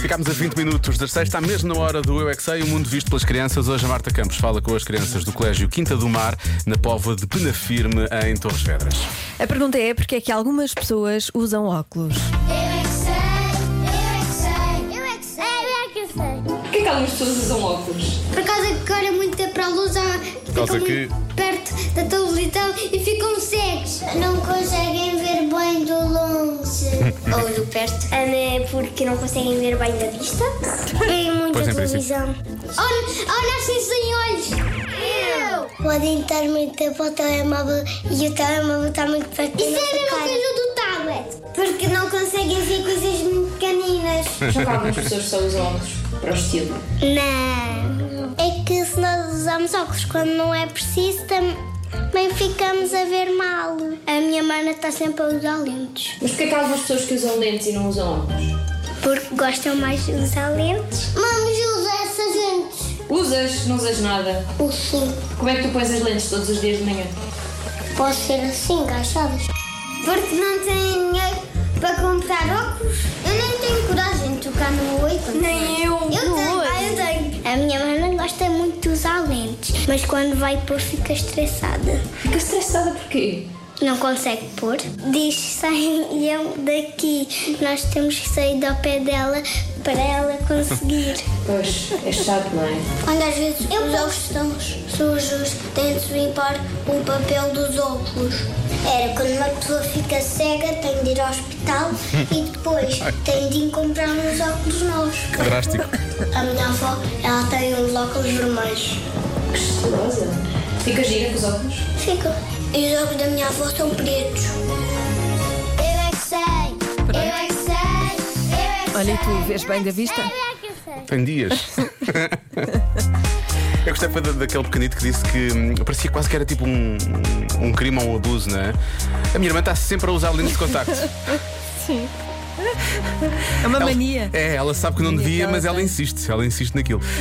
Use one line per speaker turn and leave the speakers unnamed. Ficámos a 20 minutos das 6, está mesmo na hora do Eu é Que Sei, o mundo visto pelas crianças. Hoje a Marta Campos fala com as crianças do Colégio Quinta do Mar, na Póvoa de Penafirme, em Torres Vedras.
A pergunta é porque é que algumas pessoas usam óculos?
Eu é que sei, eu é que sei, eu é que sei, eu é que sei.
Porquê que algumas pessoas usam óculos?
Por causa que olham muito para a luz, ah,
causa
ficam
que-
muito perto da televisão e ficam cegos. Não conseguem ver bem do longe ou do perto. É porque não conseguem ver bem da vista. É Veem muito
Pois, a em princípio.
Ou, ou nascem assim sem olhos. Eu! Podem estar muito tempo ao telemóvel e o telemóvel está muito perto Isso era no caso do tablet. Porque não conseguem ver coisas muito pequeninas.
Acham que algumas pessoas só usam óculos para o estilo?
Não. É que se nós usamos óculos quando não é preciso, também ficamos a ver mal. A minha mana está sempre a usar lentes.
Mas porquê que há algumas pessoas que usam lentes e não usam óculos?
Porque gostam mais de usar lentes. Vamos usar essas lentes.
Usas, não usas nada.
O sim.
Como é que tu pões as lentes todos os dias de manhã?
Pode ser assim, encaixadas. Porque não tenho dinheiro para comprar óculos. Eu nem tenho coragem de tocar no olho. Nem eu. Eu tenho, ah, eu tenho. A minha mana gosta muito de usar lentes, mas quando vai pôr fica estressada.
Fica estressada porquê?
Não consegue pôr. Diz saiam daqui. Nós temos que sair do pé dela para ela conseguir.
Pois, é chato, não é?
Quando às vezes os óculos estão sujos, tem de limpar o papel dos óculos. Era quando uma pessoa fica cega, tem de ir ao hospital e depois tem de ir comprar uns óculos novos.
Drástico.
A minha avó, ela tem uns óculos vermelhos.
Que estilosa. Fica gira com os óculos?
Fica. E os ovos da minha avó são pretos. Eu é que sei, eu é que sei, eu é que sei.
Olha, e tu vês bem da vista?
Eu é que sei.
Tem dias. Eu gostei foi da- daquele pequenito que disse que hum, parecia quase que era tipo um, um crime ou um abuso, não é? A minha irmã está sempre a usar lentes de contacto.
É uma
Ela-
mania.
É, ela sabe que não
Mania que
devia,
ela
mas É, ela
tem.
insiste, ela insiste naquilo.